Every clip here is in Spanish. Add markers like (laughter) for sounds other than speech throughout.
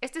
Este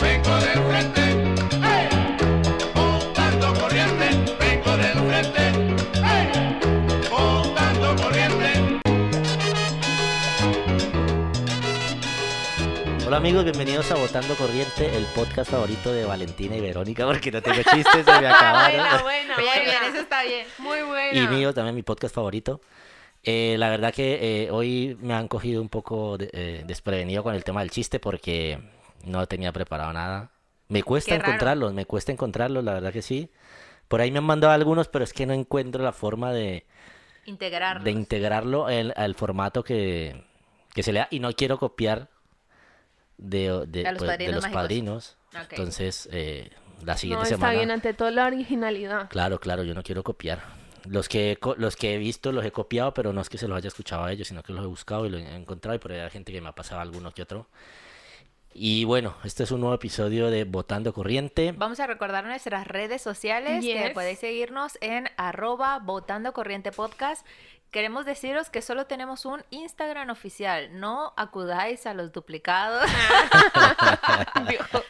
Vengo del frente, ¡eh! Montando corriente, vengo del frente, ¡eh! Montando corriente. Hola amigos, bienvenidos a Votando Corriente, el podcast favorito de Valentina y Verónica, porque no tengo chistes, se me Buena, (laughs) acabaron. buena, Bien, bien, buena. eso está bien. Muy bueno. y mío también, mi podcast favorito. Eh, la verdad que eh, hoy me han cogido un poco de- eh, desprevenido con el tema del chiste porque no tenía preparado nada. Me cuesta Qué raro. encontrarlos, me cuesta encontrarlos, la verdad que sí. Por ahí me han mandado algunos, pero es que no encuentro la forma de, Integrarlo. de integrarlo al, al formato que, que se le da. Y no quiero copiar de, de- A los pues, de padrinos los mágicos. padrinos. Ok. Entonces, eh, la No, siguiente está semana. bien, ante todo la originalidad. Claro, claro, yo no quiero copiar. Los que, he co- los que he visto los he copiado, pero no es que se los haya escuchado a ellos, sino que los he buscado y los he encontrado. Y por ahí hay gente que me ha pasado alguno que otro. Y bueno, este es un nuevo episodio de Botando Corriente. Vamos a recordar nuestras redes sociales, que Yes. podéis seguirnos en arroba votando corriente podcast. Queremos deciros que solo tenemos un Instagram oficial, no acudáis a los duplicados. (laughs)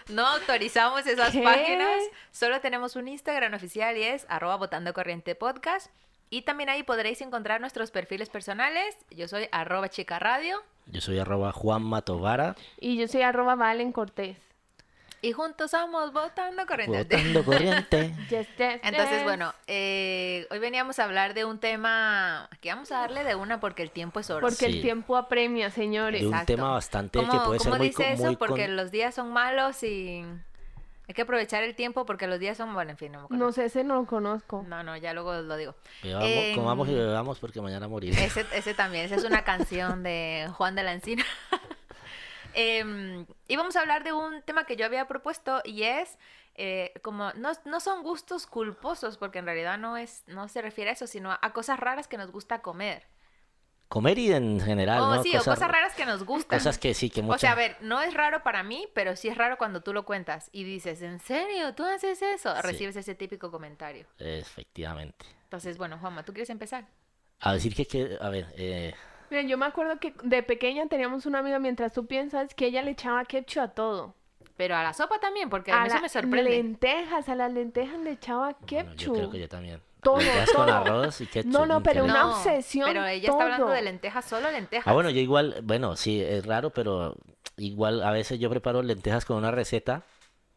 no autorizamos esas ¿Qué? páginas, solo tenemos un Instagram oficial y es arroba votando corriente podcast. Y también ahí podréis encontrar nuestros perfiles personales. Yo soy arroba chica radio Yo soy arroba Juan Matovara. Y yo soy arroba Valen Cortés. y juntos somos votando corriente. Botando (laughs) Corriente. Yes, yes, Entonces, yes. bueno, eh, hoy veníamos a hablar de un tema que vamos a darle de una porque el tiempo es oro. Sí. Porque el tiempo apremia, señores. De un Exacto. tema bastante ¿Cómo, que puede ser cómo muy, dice co- eso? muy con- porque los días son malos y hay que aprovechar el tiempo porque los días son, bueno, en fin, no me acuerdo. No sé, ese no lo conozco. No, no, ya luego lo digo. Bebamos- Eh, comamos y bebamos porque mañana moriré. Ese, ese también, esa es una canción de Juan de la Encina. (laughs) Em, y vamos a hablar de un tema que yo había propuesto y es eh, como no, no son gustos culposos porque en realidad no es no se refiere a eso sino a, a cosas raras que nos gusta comer Comer y en general, o ¿no? Oh, sí o cosas raras que nos gustan Cosas que sí, que muchas... o sea a ver no es raro para mí pero sí es raro cuando tú lo cuentas y dices en serio tú haces eso Sí. recibes ese típico comentario Efectivamente. entonces bueno Juanma tú quieres empezar A decir que, que- a ver, eh, Mira, yo me acuerdo que de pequeña teníamos una amiga, mientras tú piensas, que ella le echaba ketchup a todo. pero a la sopa también porque a a mí eso las me sorprende lentejas, a las lentejas le echaba bueno, yo ketchup. creo que yo también. Todo, Lentejas con todo. arroz y ketchup. No, no, pero increíble. una obsesión, Pero ella está hablando todo. de lentejas, solo lentejas. Ah, bueno, yo igual, bueno, sí, es raro, pero igual a veces yo preparo lentejas con una receta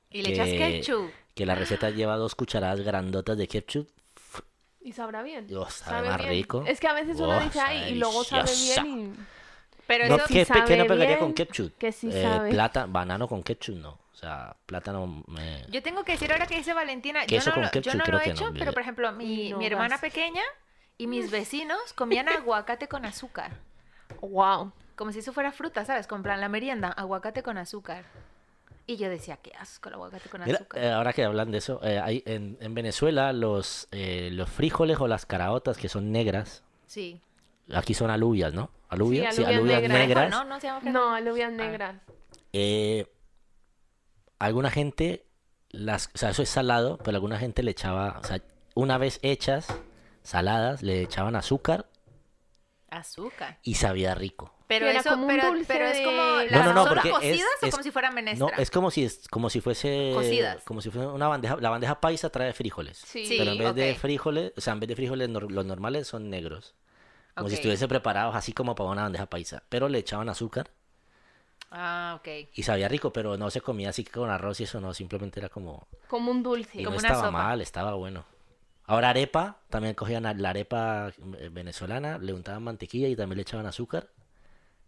y le echas que- ketchup. que la receta Ah. lleva dos cucharadas grandotas de ketchup. Y sabrá bien. Oh, sabe más bien. rico. Es que a veces uno Oh, dice, sabe ay, y luego sabe deliciosa. bien. y- Pero no, eso sí ¿qué, pe- qué no sabe pegaría bien, con ketchup? que sí Eh, sabe. plata- banano con ketchup, no. O sea, plátano... eh, yo tengo que decir ahora que dice Valentina, yo Queso no, con lo, yo ketchup, no creo lo he que hecho, no, pero Violet. por ejemplo, mi, No, mi hermana gracias. pequeña y mis vecinos comían aguacate con azúcar. Wow. Como si eso fuera fruta, ¿sabes? Con plan la merienda, aguacate con azúcar. Y yo decía, qué asco el aguacate con Mira, azúcar. eh, ahora que hablan de eso, eh, hay, en, en Venezuela los, eh, los frijoles o las caraotas que son negras, sí. aquí son alubias, ¿no? Alubias, alubias negras. Frijol, negras. ¿no? No se llama frijol. No, alubias negras. Eh, alguna gente, las, o sea, eso es salado, pero alguna gente le echaba, o sea, una vez hechas, saladas, le echaban azúcar Azúcar. y sabía rico. Pero Era eso, como un pero, dulce pero es de- como No, las no, no, son porque es- cocidas o es- como si fuera No, menestra. es como si es como si fuese Cocidas. como si fuese una bandeja, la bandeja paisa trae frijoles. Sí. Sí. Pero en vez de ok. frijoles, o sea, en vez de frijoles nor- los normales son negros. Como si Ok. estuviese preparados así como para una bandeja paisa. Pero le echaban azúcar Ah, ok. y sabía rico, pero no se comía así con arroz y eso no, simplemente era como... Como un Y dulce. como no una estaba sopa. mal, estaba bueno. Ahora arepa, también cogían a- la arepa eh, venezolana, le untaban mantequilla y también le echaban azúcar.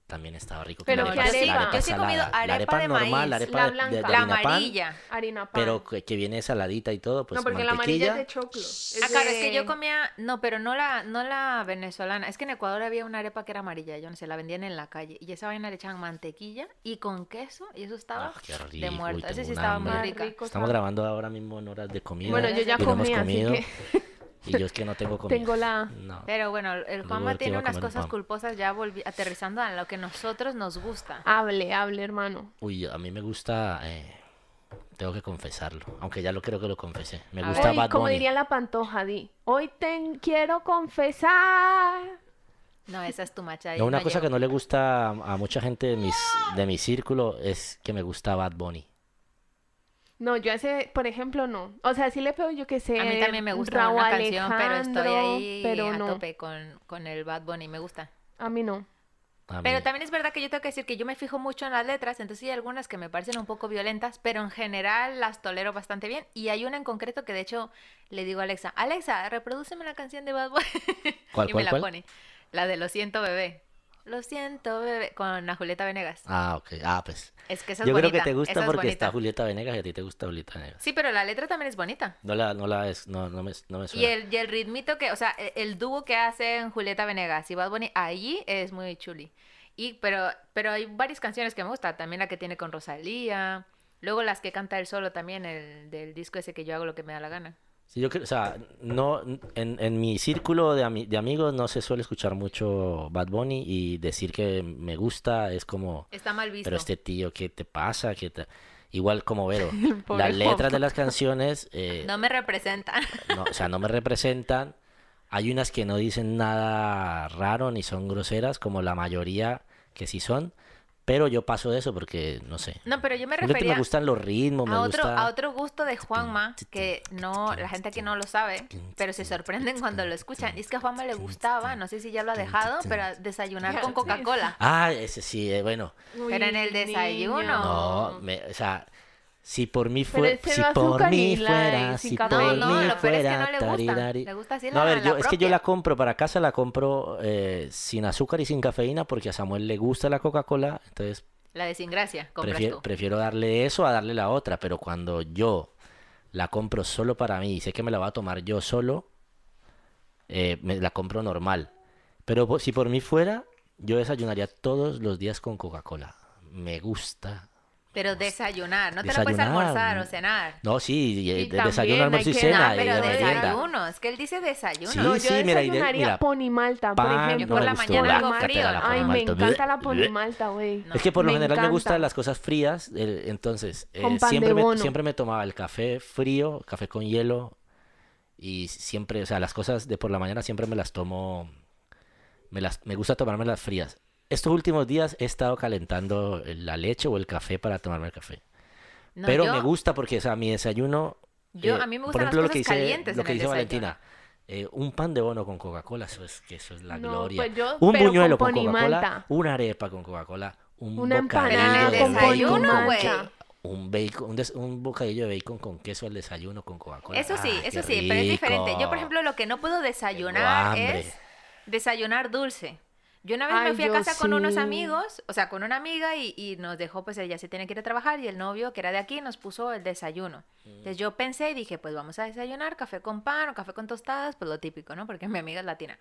También estaba rico. con Pero la ¿qué arepa- la arepa? arepa Yo sí he comido salada. arepa La arepa de normal, maíz, la la arepa de- de, de blanca. La harina pan, amarilla. Harina pan. pero que, que viene saladita y todo, pues no, porque la amarilla mantequilla. es de choclo. Ah, claro, es que yo comía, no, pero no la, no la venezolana. Es que en Ecuador había una arepa que era amarilla, yo no sé, la vendían en la calle. Y esa vaina le echaban mantequilla y con queso, y eso estaba Ah, qué rico, de uy, muerto. Ese tengo sí un estaba muy hambre. rica. Rico, Estamos sabe. grabando ahora mismo en horas de comida. Bueno, yo ya y no hemos comí, así comido. que... Y yo es que no tengo comida. Tengo la- No. Pero bueno, el Luego Juanma el que tiene iba a unas comer un cosas pan. culposas ya volvi- aterrizando a lo que nosotros nos gusta. Hable, hable, hermano. Uy, a mí me gusta... eh, tengo que confesarlo. Aunque ya lo creo que lo confesé. Me A gusta Hoy, Bad como Bunny. diría la pantoja, di. Hoy te quiero confesar. No, esa es tu macha. No, una cosa que no le gusta a, a mucha gente de, mis, de mi círculo es que me gusta Bad Bunny. No, yo ese, por ejemplo, no. O sea, sí le pego yo que sé. Eh, A mí también me gusta Rauw una canción, pero estoy Alejandro, ahí pero a no. tope con, con el Bad Bunny, me gusta. A mí no. A mí- Pero también es verdad que yo tengo que decir que yo me fijo mucho en las letras, entonces hay algunas que me parecen un poco violentas, pero en general las tolero bastante bien. Y hay una en concreto que de hecho le digo a Alexa, Alexa, reprodúceme la canción de Bad Bunny. (laughs) ¿Cuál, y cuál, me la cuál? pone. La de Lo siento, bebé. Lo siento, bebé. Con la Julieta Venegas. Ah, ok. Ah, pues. Es que esa Yo es creo que bonita, te esa gusta es porque está bonita. Julieta Venegas y a ti te gusta Julieta Venegas. Sí, pero la letra también es bonita. No la, no la es, no, no me, no me Y suena. el, y el ritmito que, o sea, e- el dúo que hacen Julieta Venegas y Bad Bunny, ahí es muy chuli. Y, pero, pero hay varias canciones que me gustan, también la que tiene con Rosalía, luego las que canta él solo también, el del disco ese que yo hago lo que me da la gana. Sí, yo creo, o sea, no, en, en mi círculo de, ami- de amigos no se suele escuchar mucho Bad Bunny y decir que me gusta es como, Está mal visto. pero este tío, ¿qué te pasa? ¿Qué te-?" Igual como (laughs) Vero, pobre las letras Juanpa. de las canciones, eh, No me representa. (laughs) no, o sea, no me representan. Hay unas que no dicen nada raro ni son groseras, como la mayoría que sí son, pero yo paso de eso porque, no sé. No, pero yo me Simplemente refería me gustan los ritmos, me a otro, gusta... este a otro gusto de Juanma, que no, la gente que no lo sabe, pero se sorprenden cuando lo escuchan. Y es que a Juanma le gustaba, no sé si ya lo ha dejado, pero desayunar con Coca-Cola. Ah, ese sí, eh, bueno. Pero en el Uy, desayuno. niña. No, me- o sea, si por mí Pero fuera, ese si no azúcar por ni mí la- fuera, sin si por café. No, mí no, lo peor es que fuera, no le gusta. tarirari. Le gusta así No, a la- ver, yo, la es que yo propia. la compro para casa, la compro eh, sin azúcar y sin cafeína porque a Samuel le gusta la Coca-Cola, entonces La de sin gracia, compras prefiero, tú. prefiero darle eso a darle la otra, pero cuando yo la compro solo para mí y sé que me la va a tomar yo solo, eh, me la compro normal. Pero po- si por mí fuera, yo desayunaría todos los días con Coca-Cola. Me gusta. Pero desayunar, no te la puedes Desayunar, almorzar o mm. cenar. No, sí, y, eh, Y de- también desayuno, hay almuerzo y que- cena. no, y pero de merienda. desayuno, es que él dice desayuno. Sí, No, yo sí, mira, y de- desayunaría mira, ponimalta, por pan, ejemplo. Yo por la gustó, mañana algo cátara, frío. la Ay, me ponimalta. encanta la Bleh, ponimalta, güey. No. Es que por lo Me general me encanta. gustan las cosas frías, eh, entonces eh, Con pan de siempre, me, bono. siempre me tomaba el café frío, café con hielo y siempre, o sea, las cosas de por la mañana siempre me las tomo, me, las, me gusta tomarme las frías. Estos últimos días he estado calentando la leche o el café para tomarme el café. No, Pero yo- me gusta porque, o sea, mi desayuno... eh, Yo- a mí me por gustan ejemplo, las lo que cosas dice- calientes Lo en que el dice desayuno. Valentina, eh, un pan de bono con Coca-Cola, eso es, que eso es la No, gloria. pues yo- un pero con buñuelo con, pan y Coca-Cola, malta. una arepa con Coca-Cola, un Una bocadillo empanada de con desayuno, bacon, bacon con güey. mancha. un, bacon, un, des- un bocadillo de bacon con queso al desayuno con Coca-Cola. (laughs) Eso sí, ¡Ah, qué eso sí, pero es diferente. Yo, por rico! ejemplo, lo que no puedo desayunar hambre. es desayunar dulce. Yo una vez me Ay, fui a yo casa con unos sí. amigos, o sea, con una amiga y, y nos dejó, pues ella se tiene que ir a trabajar y el novio que era de aquí nos puso el desayuno. Mm. Entonces yo pensé y dije, pues vamos a desayunar café con pan o café con tostadas, pues lo típico, ¿no? Porque mi amiga es latina.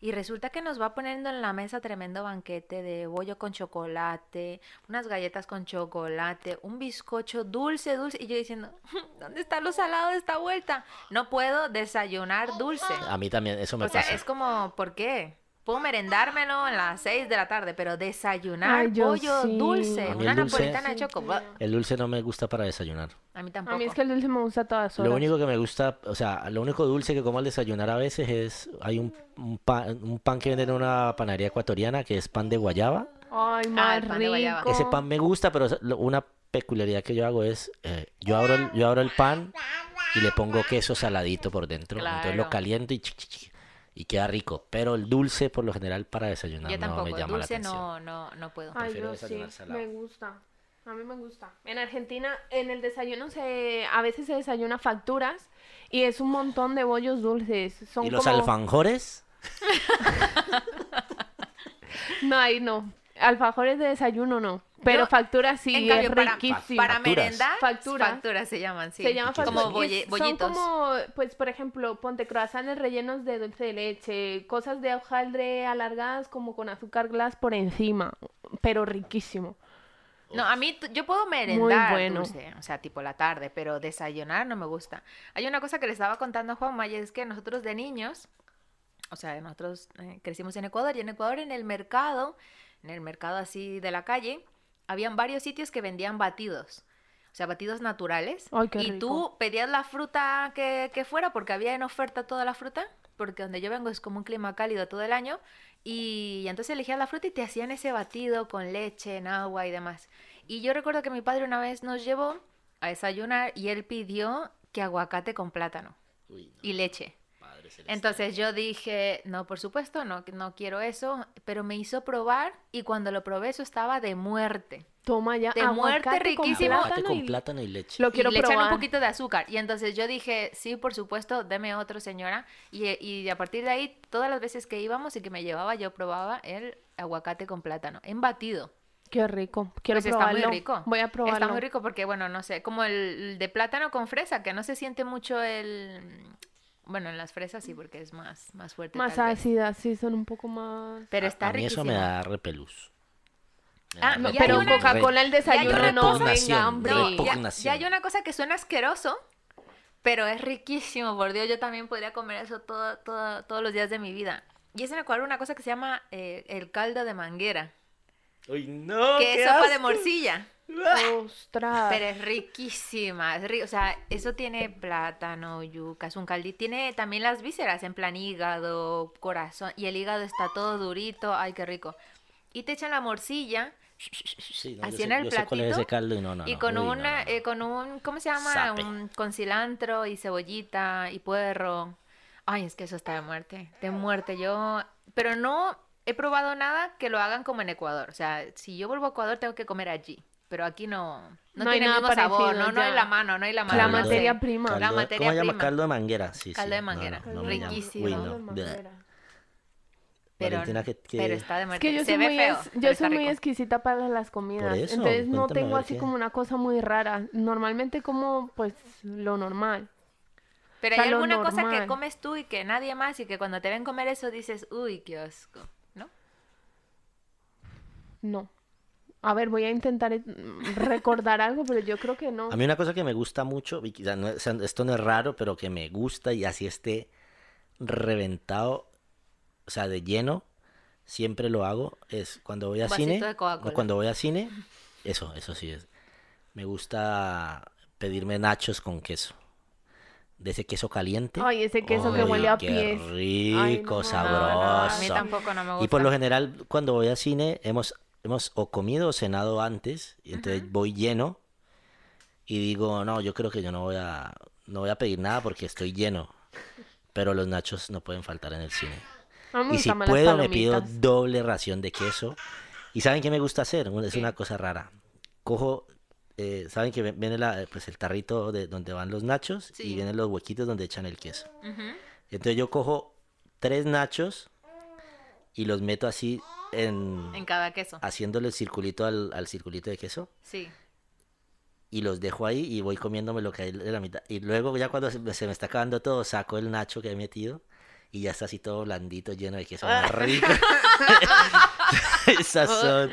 Y resulta que nos va poniendo en la mesa tremendo banquete de bollo con chocolate, unas galletas con chocolate, un bizcocho dulce, dulce. Y yo diciendo, (laughs) ¿dónde está lo salado de esta vuelta? No puedo desayunar dulce. A mí también, eso Ah, me O sea, pasa. es como, ¿por qué? Puedo merendármelo a las 6 de la tarde, pero desayunar Ay, yo bollo sí. dulce, A mí una el dulce- napolitana de choco. bah, El dulce no me gusta para desayunar. A mí tampoco. A mí es que el dulce me gusta a todas horas. Lo único que me gusta, o sea, lo único dulce que como al desayunar a veces es, hay un, un pan, un pan que venden en una panadería ecuatoriana que es pan de guayaba. Ay, Ah, más el pan de guayaba. rico. Ese pan me gusta, pero lo- una peculiaridad que yo hago es, eh, yo, abro el, yo abro el pan y le pongo queso saladito por dentro. Entonces lo Claro. caliento y, chi, chi, chi, y queda rico. Pero el dulce por lo general para desayunar Yo no tampoco, me llama la dulce atención. no, no, no puedo. Ay, Prefiero yo sí, desayunar salado. me gusta. A mí me gusta. En Argentina, en el desayuno se, a veces se desayuna facturas y es un montón de bollos dulces. Son ¿Y los como... alfanjores? No, ahí no. Alfajores de desayuno no. Pero Yo, facturas sí, en es cambio, para- riquísimo. Para Facturas. merendar, Facturas. facturas se llaman, sí. Se llama Como facturas. bolle- y es- Son bollitos. como, pues, por ejemplo, ponte croissants rellenos de dulce de leche, cosas de hojaldre alargadas como con azúcar glass por encima, pero riquísimo. No, a mí t- yo puedo merendar bueno. dulce, o sea, tipo la tarde, pero desayunar no me gusta. Hay una cosa que le estaba contando a Juanma y es que nosotros de niños, o sea, nosotros eh, crecimos en Ecuador y en Ecuador en el mercado, en el mercado así de la calle, habían varios sitios que vendían batidos. O sea, batidos naturales. Ay, qué y tú rico. pedías la fruta que, que fuera porque había en oferta toda la fruta, porque donde yo vengo es como un clima cálido todo el año. Y, entonces elegías la fruta y te hacían ese batido con leche, en agua y demás. Y yo recuerdo que mi padre una vez nos llevó a desayunar y él pidió que aguacate con plátano Uy, no, y leche. padre celestial. Entonces yo dije, no, por supuesto, no, no quiero eso, pero me hizo probar y cuando lo probé eso estaba de muerte. Toma ya. De muerte aguacate con riquísimo. plátano Aguacate con y- plátano y leche. Lo quiero y le probar. echaron un poquito de azúcar. Y entonces yo dije, sí, por supuesto, deme otro, señora. Y, y a partir de ahí, todas las veces que íbamos y que me llevaba, yo probaba el aguacate con plátano, en batido. Qué rico. Quiero Pues probarlo. Está muy rico. Voy a probarlo. Está muy rico porque, bueno, no sé, como el, el de plátano con fresa, que no se siente mucho el... Bueno, en las fresas sí, porque es más, más fuerte. Más tal vez. ácidas, sí, son un poco más. Pero A- está a mí eso me riquísimo. da repelús. Me Ah, da no, repugna- pero re- Coca-Cola el desayuno no, repugnación, venga, hombre. No, ya- ya, repugnación. hay una cosa que suena asqueroso, pero es riquísimo, por Dios, yo también podría comer eso todo, todo- todos los días de mi vida. Y es en Ecuador una cosa que se llama eh, el caldo de manguera, Uy, no, que Oh, qué es sopa de asco. Ah. morcilla, Ostras. pero es riquísima, es ri- o sea, eso tiene plátano, yuca, es un caldito, tiene también las vísceras, en plan hígado, corazón, y el hígado está todo durito, ay, qué rico. Y te echan la morcilla, Sí, no, yo así sé- en el yo sé cuál es ese platito, caldo y no, no, y no, con uy, no, una, no, no. eh, con un, ¿cómo se llama? Sape. Un- con cilantro y cebollita y puerro. Ay, es que eso está de muerte, de muerte. Yo, pero no he probado nada que lo hagan como en Ecuador. O sea, si yo vuelvo a Ecuador tengo que comer allí, pero aquí no, no, No hay tiene el nada mismo sabor, parecido, no, no ya. hay la mano, no hay la mano. La no sé. materia prima. La Caldo- materia ¿Cómo se llama? prima. Caldo de manguera. Sí, sí, Caldo de no, no, manguera. no me llama. Riquísimo. Uy, Caldo no. de bleh. Pero, Valentina, ¿qué- qué- pero está de Es muerte. que yo Se soy, ve muy, feo, ex- pero yo está soy muy rico. exquisita para las comidas, Por eso, entonces no cuéntame a tengo ver así qué. como una cosa muy rara. Normalmente como pues lo normal. Pero sea, hay lo alguna cosa que normal. comes tú y que nadie más y que cuando te ven comer eso dices, uy, qué asco, ¿no? No. A ver, voy a intentar eh, mm, recordar algo, pero yo creo que no. A mí una cosa que me gusta mucho, y quizá no- o sea, esto no es raro, pero que me gusta y así esté reventado, o sea, de lleno, siempre lo hago, es cuando voy a Vasito cine, de Coca-Cola. cuando voy a cine, eso, eso sí es. Me gusta pedirme nachos con queso. De ese queso caliente. Ay, ese queso que Uy, huele a qué pies. Ay, Rico, No, no. no, a mí sabroso. tampoco no me gusta. Y por lo general, cuando voy al cine, hemos, hemos o comido o cenado antes, y entonces voy lleno y digo, no, yo creo que yo no voy a, no voy a pedir nada porque estoy lleno. Pero los nachos no pueden faltar en el cine. A mí me Y si gustan más las puedo, me pido palomitas. doble ración de queso. ¿Y saben qué me gusta hacer? Una- Es una cosa rara. Cojo, eh, ¿saben que ven- viene la- pues el tarrito de donde van los nachos y Sí. vienen los huequitos donde echan el queso? Entonces yo cojo tres nachos y los meto así en, En cada queso. haciéndole el circulito al, al circulito de queso Sí. y los dejo ahí y voy comiéndome lo que hay de la mitad. Y luego ya cuando se, se me está acabando todo, saco el nacho que he metido y ya está así todo blandito, lleno de (laughs) queso. más rico. Esas son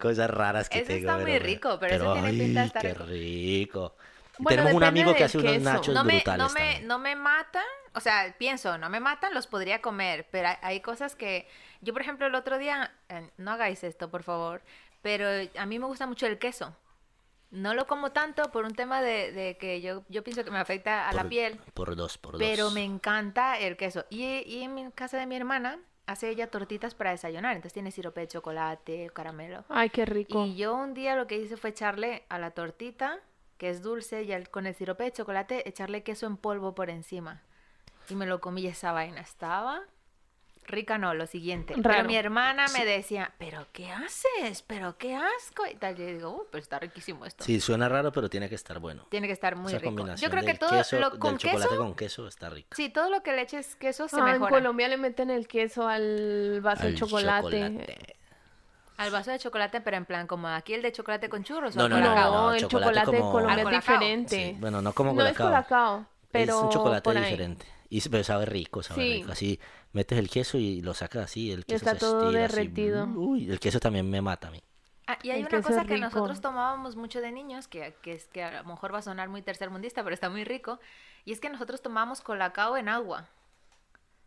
cosas raras que Eso tengo. está muy rico, pero eso tiene pinta de estar qué rico. rico. Bueno, Tenemos un depende amigo que del hace unos queso. nachos No me, brutales no, me, también. no me matan, o sea, pienso, no me matan, los podría comer, pero hay, hay cosas que... Yo, por ejemplo, el otro día, eh, no hagáis esto, por favor, pero a mí me gusta mucho el queso. No lo como tanto por un tema de, de que yo, yo pienso que me afecta a la Por- piel. Por dos, por dos. Pero me encanta el queso. Y, y en mi- casa de mi hermana hace ella tortitas para desayunar. Entonces tiene sirope de chocolate, caramelo. Ay, qué rico. Y yo un día lo que hice fue echarle a la tortita, que es dulce, y al- con el sirope de chocolate, echarle queso en polvo por encima. Y me lo comí y esa vaina estaba. Rica no, lo siguiente. Pero Raro. mi hermana me decía, ¿pero qué haces? ¿Pero qué asco? Y tal, yo digo, "Uh, pero está riquísimo esto. Sí, suena raro, pero tiene que estar bueno. Tiene que estar muy Esa rico. Yo combinación creo que del todo queso, lo del con chocolate queso, con queso está rico. sí, todo lo que le eches queso se Ah, en mejora. Colombia le meten el queso al vaso de Al chocolate. Al vaso de chocolate, pero en plan, como aquí el de chocolate con churros. No, o No, con no, cacao. no, el chocolate chocolate, de como- Colombia Ah, es colacao. diferente. Sí, bueno, no como no es colacao. colacao, pero es un chocolate por ahí. diferente. Y, s- pero sabe rico, sabe Sí. rico. Así metes el queso y lo sacas así, el queso está se todo estira así. derretido. Uy, el queso también me mata a mí. Ah, y hay El una queso cosa es que rico. nosotros tomábamos mucho de niños, que, que es que a lo mejor va a sonar muy tercermundista, pero está muy rico, y es que nosotros tomamos colacao en agua,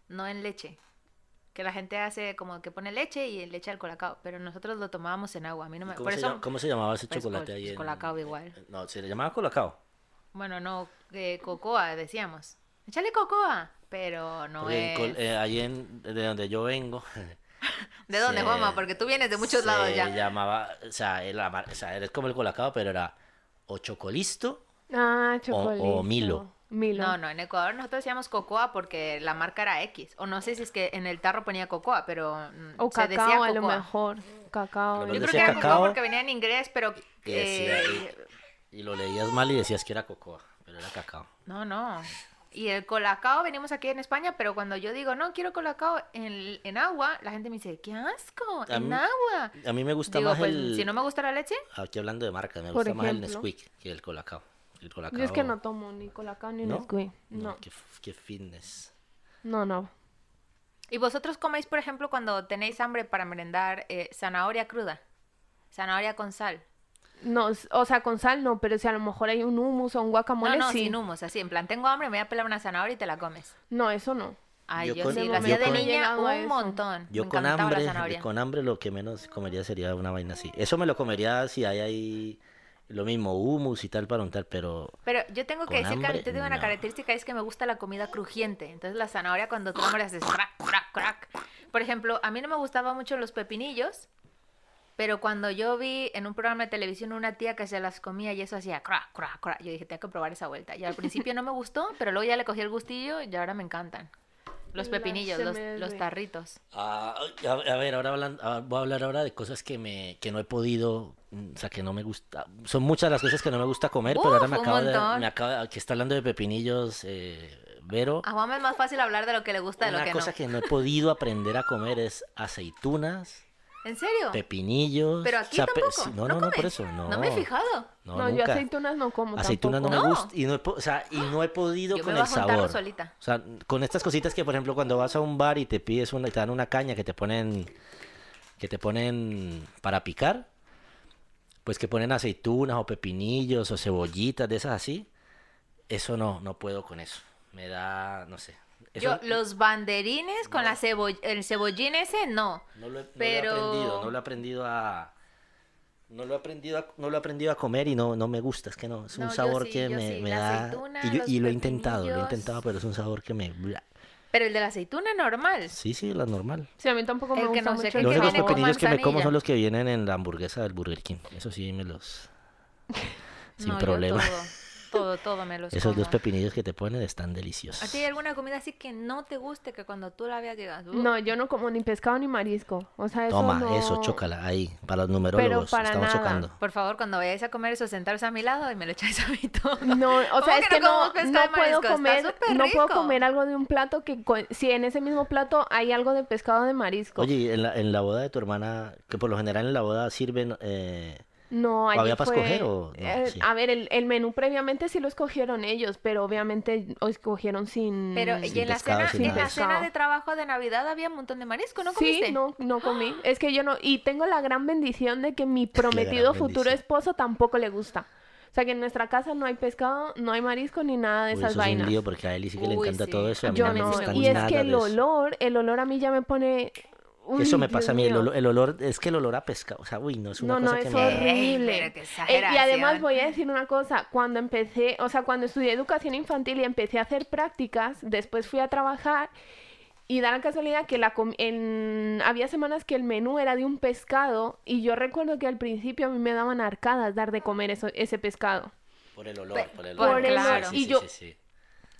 no en leche. Que la gente hace como que pone leche y le echa el colacao, pero nosotros lo tomábamos en agua. A mí no me... ¿Cómo, por se eso, llama- cómo se llamaba ese pues, chocolate col- ahí? pues, en- eh, colacao igual. No, se le llamaba colacao. Bueno, no, eh, cocoa decíamos. Échale cocoa, pero no Porque en es... Col- eh, ahí en, de donde yo vengo. (laughs) ¿De dónde, se- Juanma? Porque tú vienes de muchos se lados ya. llamaba, o sea, era, mar- o sea, era como el colacao, pero era o chocolisto. Ah, chocolate. Milo. Milo. No, no, en Ecuador nosotros decíamos cocoa porque la marca era X. O no sé si es que en el tarro ponía cocoa, pero mm, O se cacao, decía a lo cocoa. mejor. Cacao. Lo Yo Pero creo que decía era cacao cacao. porque venía en inglés, pero... Y, decía- eh, y- y lo leías mal y decías que era cocoa, pero era cacao. No, no. Y el colacao venimos aquí en España, pero cuando yo digo, no, quiero colacao en, en agua, la gente me dice, qué asco, A en mí- agua. A mí me gusta Digo, más pues, el. si no me gusta la leche, Aquí hablando de marcas, me Por gusta más el ejemplo. Nesquik que el colacao. El colacao. Yo es que no tomo ni colacao ni ¿No? Nesquik. No, No, Qué, f- qué fitness. no, no. ¿Y vosotros coméis, por ejemplo, cuando tenéis hambre para merendar eh, zanahoria cruda? Zanahoria con sal. No, s- o sea, con sal no, pero si a lo mejor hay un hummus o un guacamole, no, no, sí. sin humos, así. En plan, tengo hambre, me voy a pelar una zanahoria y te la comes. No, eso no. Ay, Yo yo, con- sí, De lo hacía de momento no he niña llegado a un eso. montón. Yo me con encantaba la hambre, zanahoria. con hambre lo que menos comería sería una vaina así. Eso me lo comería si hay ahí lo mismo, hummus y tal para untar, pero Pero yo tengo que con decir que hambre, yo tengo una no. característica, es que me gusta la comida crujiente. Entonces la zanahoria cuando tú la haces crack, crack, crack. Por ejemplo, a mí no me gustaban mucho los pepinillos, pero cuando yo vi en un programa de televisión una tía que se las comía y eso hacía crack, crack, crack, yo dije, tengo que probar esa vuelta. Y al principio no me gustó, pero luego ya le cogí el gustillo y ahora me encantan. Los Las pepinillos, los, los CMR. tarritos. Ah, a, a ver, ahora hablan- ah, voy a hablar ahora de cosas que me que no he podido, mm, o sea, que no me gusta. Son muchas las cosas que no me gusta comer, pero ahora me Uf, un acabo de, montón. me acaba- que está hablando de pepinillos, eh, Vero. A Juan es más fácil hablar de lo que le gusta Ah, de lo Una que cosa no. que no he podido aprender a comer es aceitunas, ¿En serio? pepinillos. Pero aquí o sea, pe- tampoco. sí, no, no, no, comes. por eso, no. No me he fijado. No, no, yo nunca. aceitunas no como Aceitunas no tampoco. me No. gusta y no he, po- o sea, y no he podido Yo me con voy el a juntar sabor. solita. O sea, con estas cositas que, por ejemplo, cuando vas a un bar y te pides una, te dan una caña que te ponen, que te ponen para picar, pues que ponen aceitunas o pepinillos o cebollitas de esas así, eso no, no puedo con eso. Me da, no sé. Eso Yo, los banderines con la ceboll el cebollín ese, no. no lo he, no lo he pero- aprendido, no lo he aprendido a, no lo he aprendido, a, no lo he aprendido a comer y no, no me gusta. Es que no, es No, un yo sabor sí, que yo me, sí, me la da aceituna, y, yo- los y lo he intentado, lo he pepinillos. intentado, pero es un sabor que me, bla. Pero el de la aceituna normal. sí, sí, la normal. Sí, a mí tampoco El me que gusta no sé mucho qué el Los que únicos viene con sabor. pepinillos que me como manzanilla. son los que vienen en la hamburguesa del Burger King. Eso sí me (laughs) los sin no, problema. Yo todo, todo, todo me lo (laughs) Esos dos pepinillos que te ponen están deliciosos. ¿A ti hay alguna comida así que no te guste que cuando tú la veas digas, "Uh"? No, yo no como ni pescado ni marisco. O sea, eso Toma, no... eso, chócala ahí para los numerólogos, para estamos nada. chocando. Por favor, cuando vayáis a comer eso, sentaros a mi lado y me lo echáis a mí todo. No, o ¿Cómo sea, es que comemos no, pescado no de puedo marisco? Está comer, súper no puedo rico. comer algo de un plato que co- si en ese mismo plato hay algo de pescado de marisco. Oye, y en la, en la boda de tu hermana, que por lo general en la boda sirven... eh, No, ¿O allí había pa' fue- escoger o no? eh, Sí. A ver, el, el menú previamente sí lo escogieron ellos, pero obviamente lo escogieron sin... Pero Mm. Sin y en la pescado, cena, sin en la nada. cena de trabajo de Navidad había un montón de marisco, ¿no comiste? ¡Ah! Sí, no, no comí. Es que yo no... Y tengo la gran bendición de que mi prometido futuro bendición. esposo tampoco le gusta. O sea, que en nuestra casa no hay pescado, no a marisco ni nada de Uy, esas eso es vainas. un lío porque a él sí que le Uy, encanta sí. todo eso. y A mí Yo no me también no. gusta Y es nada que el de eso. olor, el olor a mí ya me pone... Uy, Eso me Dios pasa a mí, el mío. olor, el olor- es que el olor a pescado, o sea, uy, no es una No, no, cosa es que me... horrible. horrible. pero qué Eh, y exageración. además voy a decir una cosa, cuando empecé, o sea, cuando estudié educación infantil y empecé a hacer prácticas, después fui a trabajar y da la casualidad que la com- en- había semanas que el menú era de un pescado y yo recuerdo que al principio a mí me daban arcadas dar de comer eso, ese pescado. Por el Pe- olor, por el por olor. el olor. Y yo-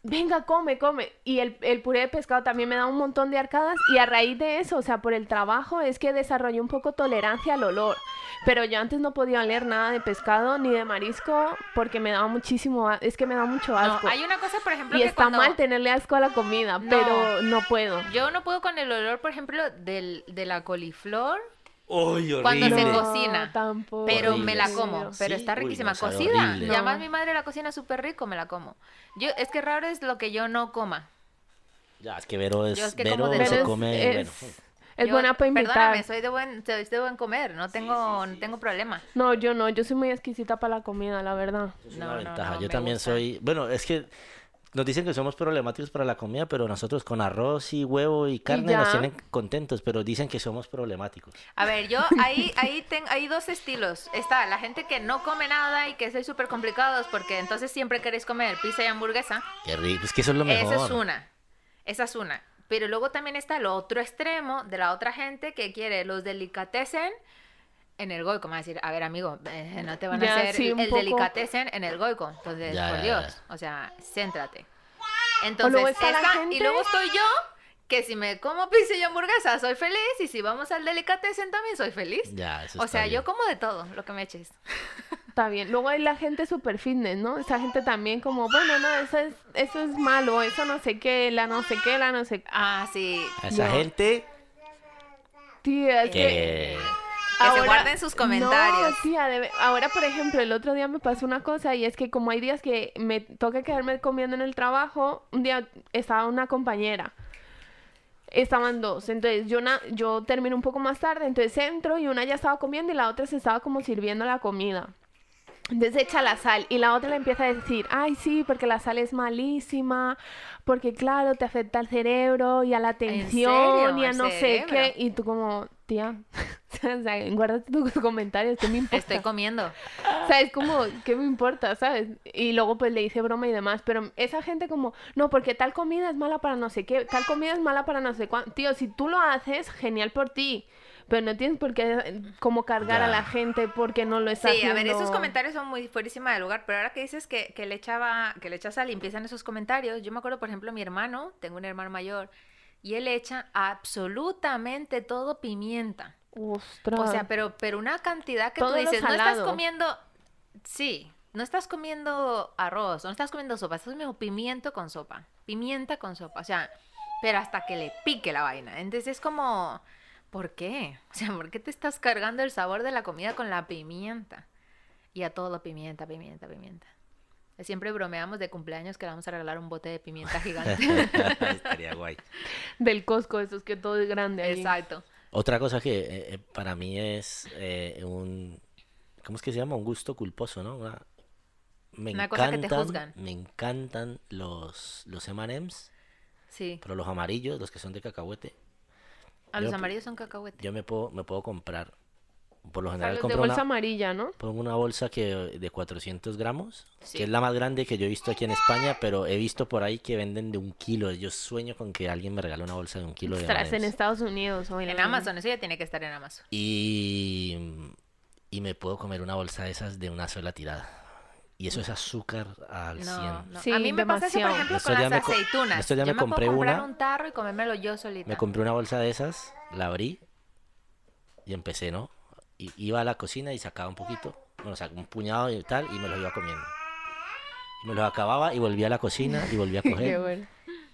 Venga, come, come. Y el, el puré de pescado también me da un montón de arcadas. Y a raíz de eso, o sea, por el trabajo, es que desarrollé un poco tolerancia al olor. Pero yo antes no podía oler nada de pescado ni de marisco porque me daba muchísimo, a- es que me da mucho No, asco. hay una cosa, por ejemplo, y que está cuando... mal tenerle asco a la comida, No. pero no puedo. Yo no puedo con el olor, por ejemplo, del, de la coliflor Uy, cuando se horrible. go- cocina, tampoco. Pero Horrible. me la como, Sí, pero está uy, no, riquísima, sabe cocida. horrible. Y además No. mi madre la cocina súper rico, me la como. Yo, es que raro es lo que yo no coma. Ya, es que Vero es, Yo es que Vero como de se todo. come, es, bueno, Es Yo- buena para Perdóname, invitar. soy de buen, soy de buen comer, no tengo, no tengo problema. No, yo no, yo soy muy exquisita para la comida, la verdad. Eso Es una No, no, ventaja. no, Yo me también gusta. soy. Bueno, es que nos dicen que somos problemáticos para la comida, pero nosotros con arroz y huevo y carne nos ya. tienen contentos, pero dicen que somos problemáticos. A ver, yo (laughs) ahí, ahí ten, hay dos estilos. Está la gente que no come nada y que soy súper complicados porque entonces siempre queréis comer pizza y hamburguesa. Qué rico, es que eso es lo mejor. Esa es una. Esa es una. Pero luego también está el otro extremo de la otra gente que quiere los delicatessen en el goico. Me va a decir, a ver, amigo, eh, no te van Ya, a hacer sí, un el poco. delicatessen en el goico. Entonces, Ya, por ya, Dios, o sea, céntrate. Entonces, está la esa- y gente- luego estoy yo, que si me como pizza y hamburguesa, soy feliz. Y si vamos al delicatessen, también soy feliz. Ya, eso O está sea, bien. yo como de todo lo que me eches. Está bien. Luego hay la gente super fitness, ¿no? Esa gente también como, bueno, no, eso es, eso es malo, eso no sé qué, la no sé qué, la no sé qué. Ah, sí. A esa No. gente Tía, es que... que. Que se guarden sus comentarios. No, tía, de ve- ahora, por ejemplo, el otro día me pasó una cosa y es que como hay días que me toca quedarme comiendo en el trabajo, un día estaba una compañera. Estaban dos, entonces yo, na- yo termino un poco más tarde, entonces entro y una ya estaba comiendo y la otra se estaba como sirviendo la comida. Entonces echa la sal y la otra le empieza a decir, ay sí, porque la sal es malísima, porque claro, te afecta al cerebro y a la atención y a ¿El no sé cerebro? qué. Y tú como, tía, (laughs) o sea, guárdate tus (laughs) comentarios, ¿qué me importa? Estoy comiendo. O sea, es como, ¿qué me importa, sabes? Y luego pues le hice broma y demás, pero esa gente como, no, porque tal comida es mala para no sé qué, tal comida es mala para no sé cuánto. Tío, si tú lo haces, genial por ti, pero no tienes por qué eh, como cargar a Ya. la gente porque no lo Sí, estás a ver, esos haciendo. comentarios son muy fuerísima de lugar, pero ahora que dices que, que le echaba, que le echas a limpieza en esos comentarios, yo me acuerdo, por ejemplo, mi hermano, tengo un hermano mayor, y él echa absolutamente todo pimienta. Ostras. O sea, pero, pero una cantidad que Todo tú lo dices, no estás salado". comiendo, sí, no estás comiendo arroz, no estás comiendo sopa, estás comiendo pimiento con sopa, pimienta con sopa, o sea, pero hasta que le pique la vaina. Entonces es como, ¿por qué? O sea, ¿por qué te estás cargando el sabor de la comida con la pimienta? Y a todo pimienta, pimienta, pimienta. Siempre bromeamos de cumpleaños que le vamos a regalar un bote de pimienta gigante. (laughs) Estaría guay. Del Costco, esos que todo es grande. allí. Exacto. Otra cosa que eh, eh, para mí es eh, un. ¿Cómo es que se llama? Un gusto culposo, ¿no? Una, me Una cosa que te encantan, juzgan. me encantan los, los M&M's, Sí. pero los amarillos, los que son de cacahuete. A los Yo- amarillos son cacahuetes. Yo me puedo, me puedo comprar, por lo O sea, general los de compro bolsa una, amarilla, ¿no? pongo una bolsa que de 400 gramos, Sí. que es la más grande que yo he visto aquí en España, pero he visto por ahí que venden de un kilo. Yo sueño con que alguien me regale una bolsa de un kilo de Ostras, en M&M's. Estados Unidos. o En Amazon, eso ya tiene que estar en Amazon. Y, y me puedo comer una bolsa de esas de una sola tirada. Y eso es azúcar al 100. no. Sí, a mí me pasa eso, por demasiado. ejemplo, Esto con ya las me co- aceitunas. esto ya yo me me compré puedo comprar una. un tarro y comérmelo yo solita. Me compré una bolsa de esas, la abrí y empecé, ¿no? Y, iba a la cocina y sacaba un poquito, bueno, sacaba un puñado y tal, y me los iba comiendo. Y me los acababa y volví a la cocina (laughs) y volví a (laughs) Qué coger. bueno.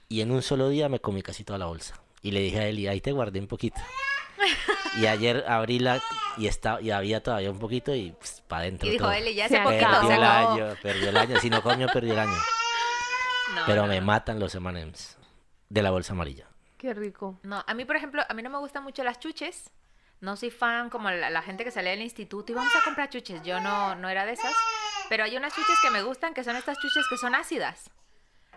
Y en un solo día me comí casi toda la bolsa. Y le dije a Eli, ahí te guardé (laughs) un poquito. Y ayer abrí la y, estaba, y había todavía un poquito y para adentro. y dijo, todo. Eli, ya Se hace poquito acabó. se Perdió el acabó. año, perdió el año. Si no comió, perdió el año. No, Pero no, me no. matan los M&M's de la bolsa amarilla. Qué rico. No, a mí, por ejemplo, a mí no me gustan mucho las chuches. No soy fan como la, la gente que sale del instituto y vamos a comprar chuches. Yo no, no era de esas. Pero hay unas chuches que me gustan, que son estas chuches que son ácidas.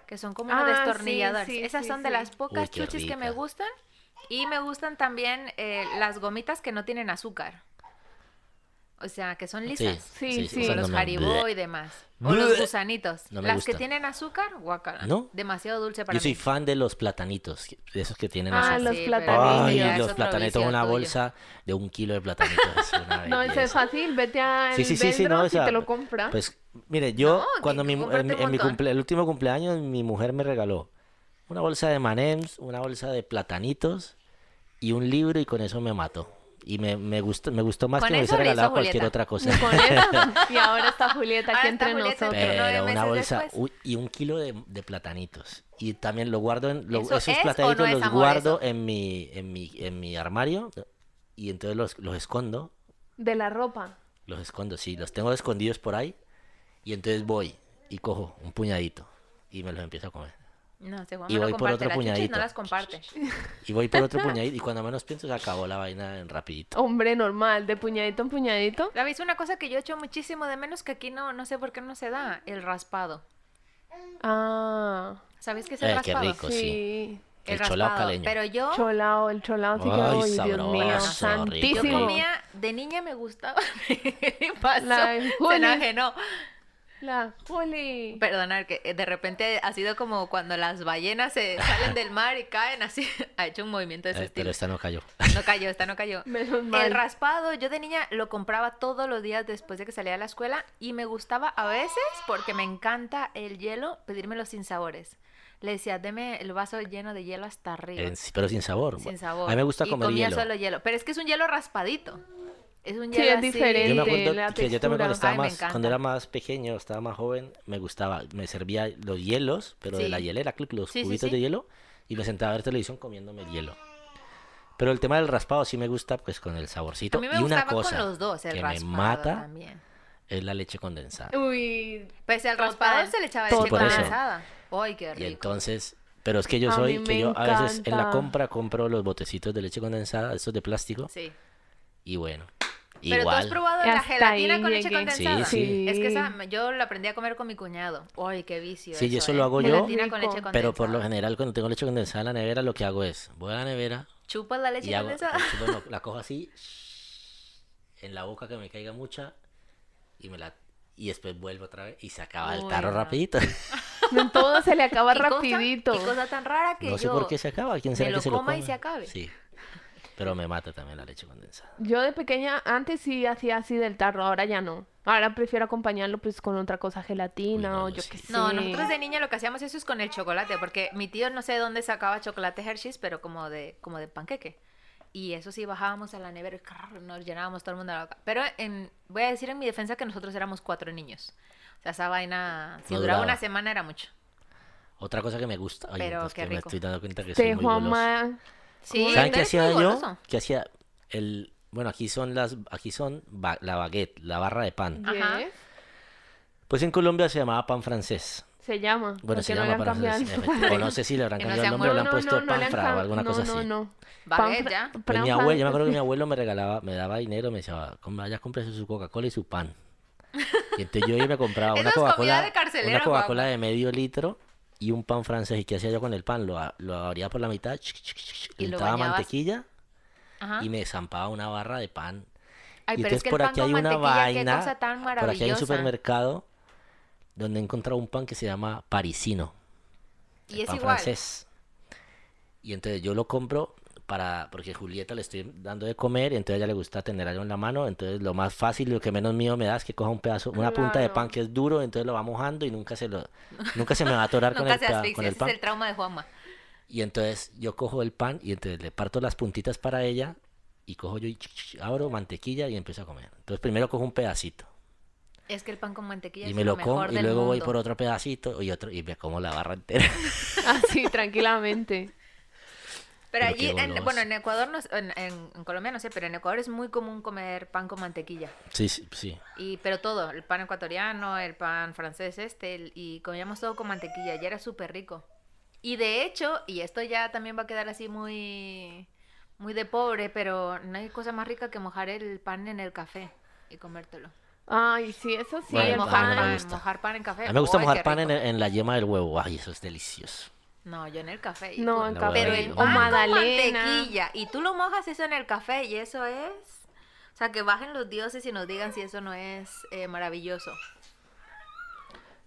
Que son como unos Ah, sí, destornilladores. sí, Esas sí, son de sí. las pocas Uy, qué chuches que me rica. gustan. Y me gustan también eh, las gomitas que no tienen azúcar. O sea, que son lisas. Sí, sí. Como esas Son los no me- Haribo y Bleh. demás. O Bleh. los gusanitos. No me Las que gustan. tienen azúcar, guacala. ¿No? Demasiado dulce para Yo soy mí. fan de los platanitos, que- de esos que tienen Ah, azúcar. los pero platanitos. ya Ay, es los otro platanitos, vicio una tuyo. bolsa de un kilo de platanitos. (laughs) es una No, eso es belleza. fácil, vete al Sí, sí, sí, sí, no, Beldross o sea, y te lo compra. Pues, mire, yo, No, que- cuando mi, que mu- cómprate en, mi- un en mi montón. cumple- el último cumpleaños, mi mujer me regaló una bolsa de manems, una bolsa de platanitos y un libro, y con eso me mató. Y me, me gustó, me gustó más Con que me eso hubiese le hizo regalado cualquier Julieta. otra cosa. (laughs) (laughs) Y (laughs) con eso- y ahora está Julieta Ahora está aquí entre Julieta nosotros. entre nosotros. nueve Pero una meses bolsa después. uy, y un kilo de, de platanitos. Y también lo guardo en, lo- ¿Eso esos es o no platanitos es los amor, guardo eso? en mi, en mi, en mi armario. Y entonces los, los escondo. De la ropa. Los escondo, sí, los tengo escondidos por ahí. Y entonces voy y cojo un puñadito y me los empiezo a comer. No, según Y me lo voy por comparte. otro Las chuchis puñadito. no las comparte. Y voy por otro puñadito y cuando menos pienso se acabó la vaina en rapidito. Hombre, normal, de puñadito en puñadito. La veis una cosa que yo echo muchísimo de menos que aquí no, no sé por qué no se da, el raspado. Ah, ¿Sabéis qué es el Eh, qué raspado? rico. Pues sí. El, El cholao raspado. caleño. Pero yo, Cholao, el cholao sí que, Ay, ay, Dios mío, sabroso, rico. yo santísimo. comía, de niña me gustaba. (laughs) y pasó, La se Juli. enajenó. La Juli. Perdonar, que eh, de repente ha sido como cuando las ballenas se salen del mar y caen así. (laughs) Ha hecho un movimiento de ese Eh, pero estilo. esta no cayó. No cayó, esta no cayó. Menos mal. El raspado, yo de niña lo compraba todos los días después de que salía de la escuela y me gustaba a veces, porque me encanta el hielo, pedírmelo sin sabores. Le decía, deme el vaso lleno de hielo hasta arriba. (laughs) En- pero sin sabor. Sin sabor. A mí me gusta y comer comía hielo. solo hielo. Pero es que es un hielo raspadito. Es un Sí, hielo es así- diferente. Yo me de acuerdo la que yo también textura. cuando estaba Ay, me más, encanta. cuando era más pequeño, estaba más joven, me gustaba, me servía los hielos, pero de la Sí. hielera, clic, los Sí, sí, cubitos sí. de hielo, y me sentaba a ver televisión comiéndome el hielo. Pero el tema del raspado sí me gusta, pues con el saborcito. A mí me y una gustaba cosa con los dos, el que me raspado mata también. es la leche condensada. Uy, Pues el Total. raspado se le echaba leche Sí, por eso. condensada. Ay, qué Y rico. entonces, pero es que yo A soy, mí que me yo a veces en la encanta. compra compro los botecitos de leche condensada, estos de plástico, Sí. y bueno, Pero tú has igual. probado Y la hasta gelatina ahí con leche llegué. Sí, condensada. sí. Es que esa me- yo la aprendí a comer con mi cuñado. Ay, qué vicio. Sí, yo eso ¿eh? lo hago yo, Gelatina con leche Rico. condensada. Pero por lo general cuando tengo leche condensada en la nevera, lo que hago es, voy a la nevera, chupas la leche y hago, condensada. (laughs) pues, bueno, la cojo así en la boca que me caiga mucha y me la y después vuelvo otra vez y se acaba el Uy, tarro no. rapidito no, todo se le acaba Y cosa- rapidito. y cosa tan rara que (laughs) no sé yo por qué se acaba quién me sabe lo que se lo coma y come? se acabe. sí pero me mata también la leche condensada Yo de pequeña antes sí hacía así del tarro, ahora ya no. Ahora prefiero acompañarlo pues con otra cosa, gelatina Uy, no, o yo yo sí. qué sé. No, nosotros de niña lo que hacíamos eso es con el chocolate, porque mi tío no sé dónde sacaba chocolate Hershey's, pero como de, como de panqueque. Y eso sí, bajábamos a la nevera y crrr, nos llenábamos todo el mundo la boca. Pero en, voy a decir en mi defensa que nosotros éramos cuatro niños. O sea, esa vaina, si No duraba duraba. una semana era mucho. otra cosa que me gusta oye, Pero entonces qué que me rico. estoy dando cuenta que soy Te muy goloso Juanma, Sí, saben tú qué eres muy hacía yo goloso. que hacía el bueno aquí son las aquí son ba- la baguette la barra de pan Ajá. yes, pues en Colombia se llamaba pan francés se llama. bueno porque se no le llama han pan cambiado francés el efectivamente. o no sé si le (laughs) habrán Que no cambiado el sea nombre o le han muerto. puesto pan le han fra o cam- alguna no, cosa no, así no. Baguette, fra- ya. pan Pues mi fran- abuelo, yo me acuerdo (laughs) que (laughs) mi abuelo me regalaba, me daba dinero, me decía, "Com- vaya, cómprese su Coca-Cola y su pan. Y entonces yo iba y (laughs) me compraba Eso una es comida de Coca-Cola, carcelero, una Coca-Cola guau. de medio litro y un pan francés. ¿Y qué hacía yo con el pan? Lo, a- lo abría por la mitad, chic, chic, chic, chic, Y le lo untaba bañabas. mantequilla Ajá. y me zampaba una barra de pan. Ay, y pero es entonces que el por pan aquí con hay una mantequilla, qué vaina, cosa tan por aquí hay un maravillosa. supermercado donde he encontrado un pan que se llama parisino. Y el es pan igual. francés. Y entonces yo lo compro para porque Julieta le estoy dando de comer y entonces a ella le gusta tener algo en la mano, entonces lo más fácil, lo que menos miedo me da es que coja un pedazo, una punta de Claro. pan que es duro, entonces lo va mojando y nunca se lo nunca se me va a atorar (laughs) con, Nunca el, se peda- asfixia, con el ese es pan. el trauma de Juanma. Y entonces yo cojo el pan y entonces le parto las puntitas para ella y cojo yo y ch- ch- ch- abro mantequilla y empiezo a comer. Entonces primero cojo un pedacito Es que el pan con mantequilla y es me lo lo como mejor y del luego voy mundo. por otro pedacito y otro y me como la barra entera. (laughs) Así, Ah, tranquilamente. Pero Pero qué allí, en, goloso. bueno, en Ecuador, no, es- en, en- en Colombia no sé, pero en Ecuador es muy común comer pan con mantequilla. Sí, sí, sí. Y, pero todo, el pan ecuatoriano, el pan francés este, el- y comíamos todo con mantequilla y era súper rico. Y de hecho, y esto ya también va a quedar así muy, muy de pobre, pero no hay cosa más rica que mojar el pan en el café y comértelo. Ay, sí, eso sí, Bueno, el a mí no pan. me pan, gusta. mojar pan en café. A mí me gusta Eh, ¡ay, mojar qué pan en, rico! en la yema del huevo. Ay, eso es delicioso. No, yo en el café. No, hijo. en La café. Pero Ay, el o pan con magdalena. mantequilla. Y tú lo mojas eso en el café y eso es... O sea, que bajen los dioses y nos digan si eso no es eh, maravilloso.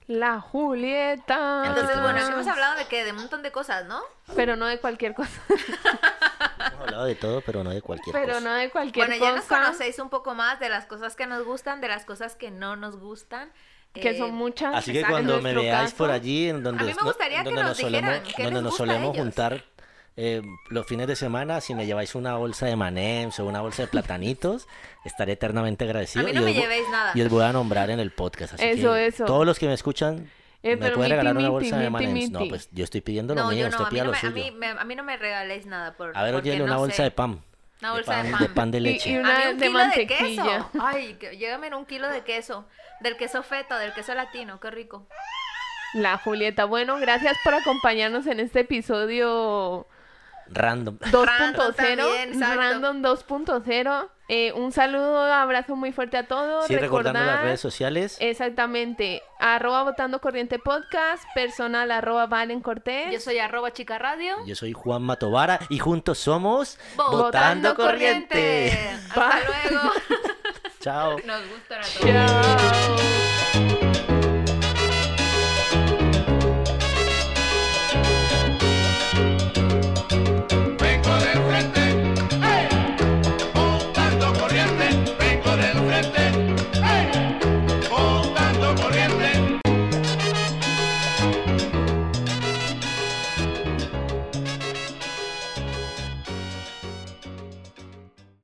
La Julieta. Entonces, tenemos- bueno, aquí hemos hablado de que de un montón de cosas, ¿no? Pero no de cualquier cosa. Hemos hablado de todo, pero no de cualquier Pero cosa. no de cualquier Bueno, ya nos cosa. conocéis un poco más de las cosas que nos gustan, de las cosas que no nos gustan. que Eh, son muchas. Así que Exacto. cuando En me nuestro veáis por caso- allí, en donde, A mí me gustaría que donde nos nos solemos, dijeran qué donde les nos gusta a solemos ellos. juntar eh, los fines de semana, si me lleváis una bolsa de manems o una bolsa de platanitos, (laughs) estaré eternamente agradecido. A mí no y me os vo- llevéis nada. Y os voy a nombrar en el podcast. Así Eso, que eso. Todos los que me escuchan, Eh, ¿me pueden pero miti, regalar una miti, bolsa de miti, manems? No, miti. pues yo estoy pidiendo lo No, mío, yo no, usted a mí pida no, lo me, a, suyo. mí, me, a mí no me regaléis nada. Por, A ver, porque oye, una no bolsa sé. de pan. Una bolsa de pan, pan. de Y- leche. y A una- mí un de kilo de mantequilla. queso. Ay, que, llévame un kilo de queso. Del queso feta, del queso latino, qué rico. La Julieta. Bueno, gracias por acompañarnos en este episodio Random. 2.0. también, exacto. Random 2.0. Eh, un saludo, abrazo muy fuerte a todos. Sí, recordando las Recordad- redes sociales. Exactamente. Arroba votando corriente podcast, personal arroba Valen Cortés. Yo soy arroba chica radio. Yo soy Juan Matovara y juntos somos Votando Corriente. Hasta Bye. luego. (laughs) Chao. Nos gustan a todos. Chao.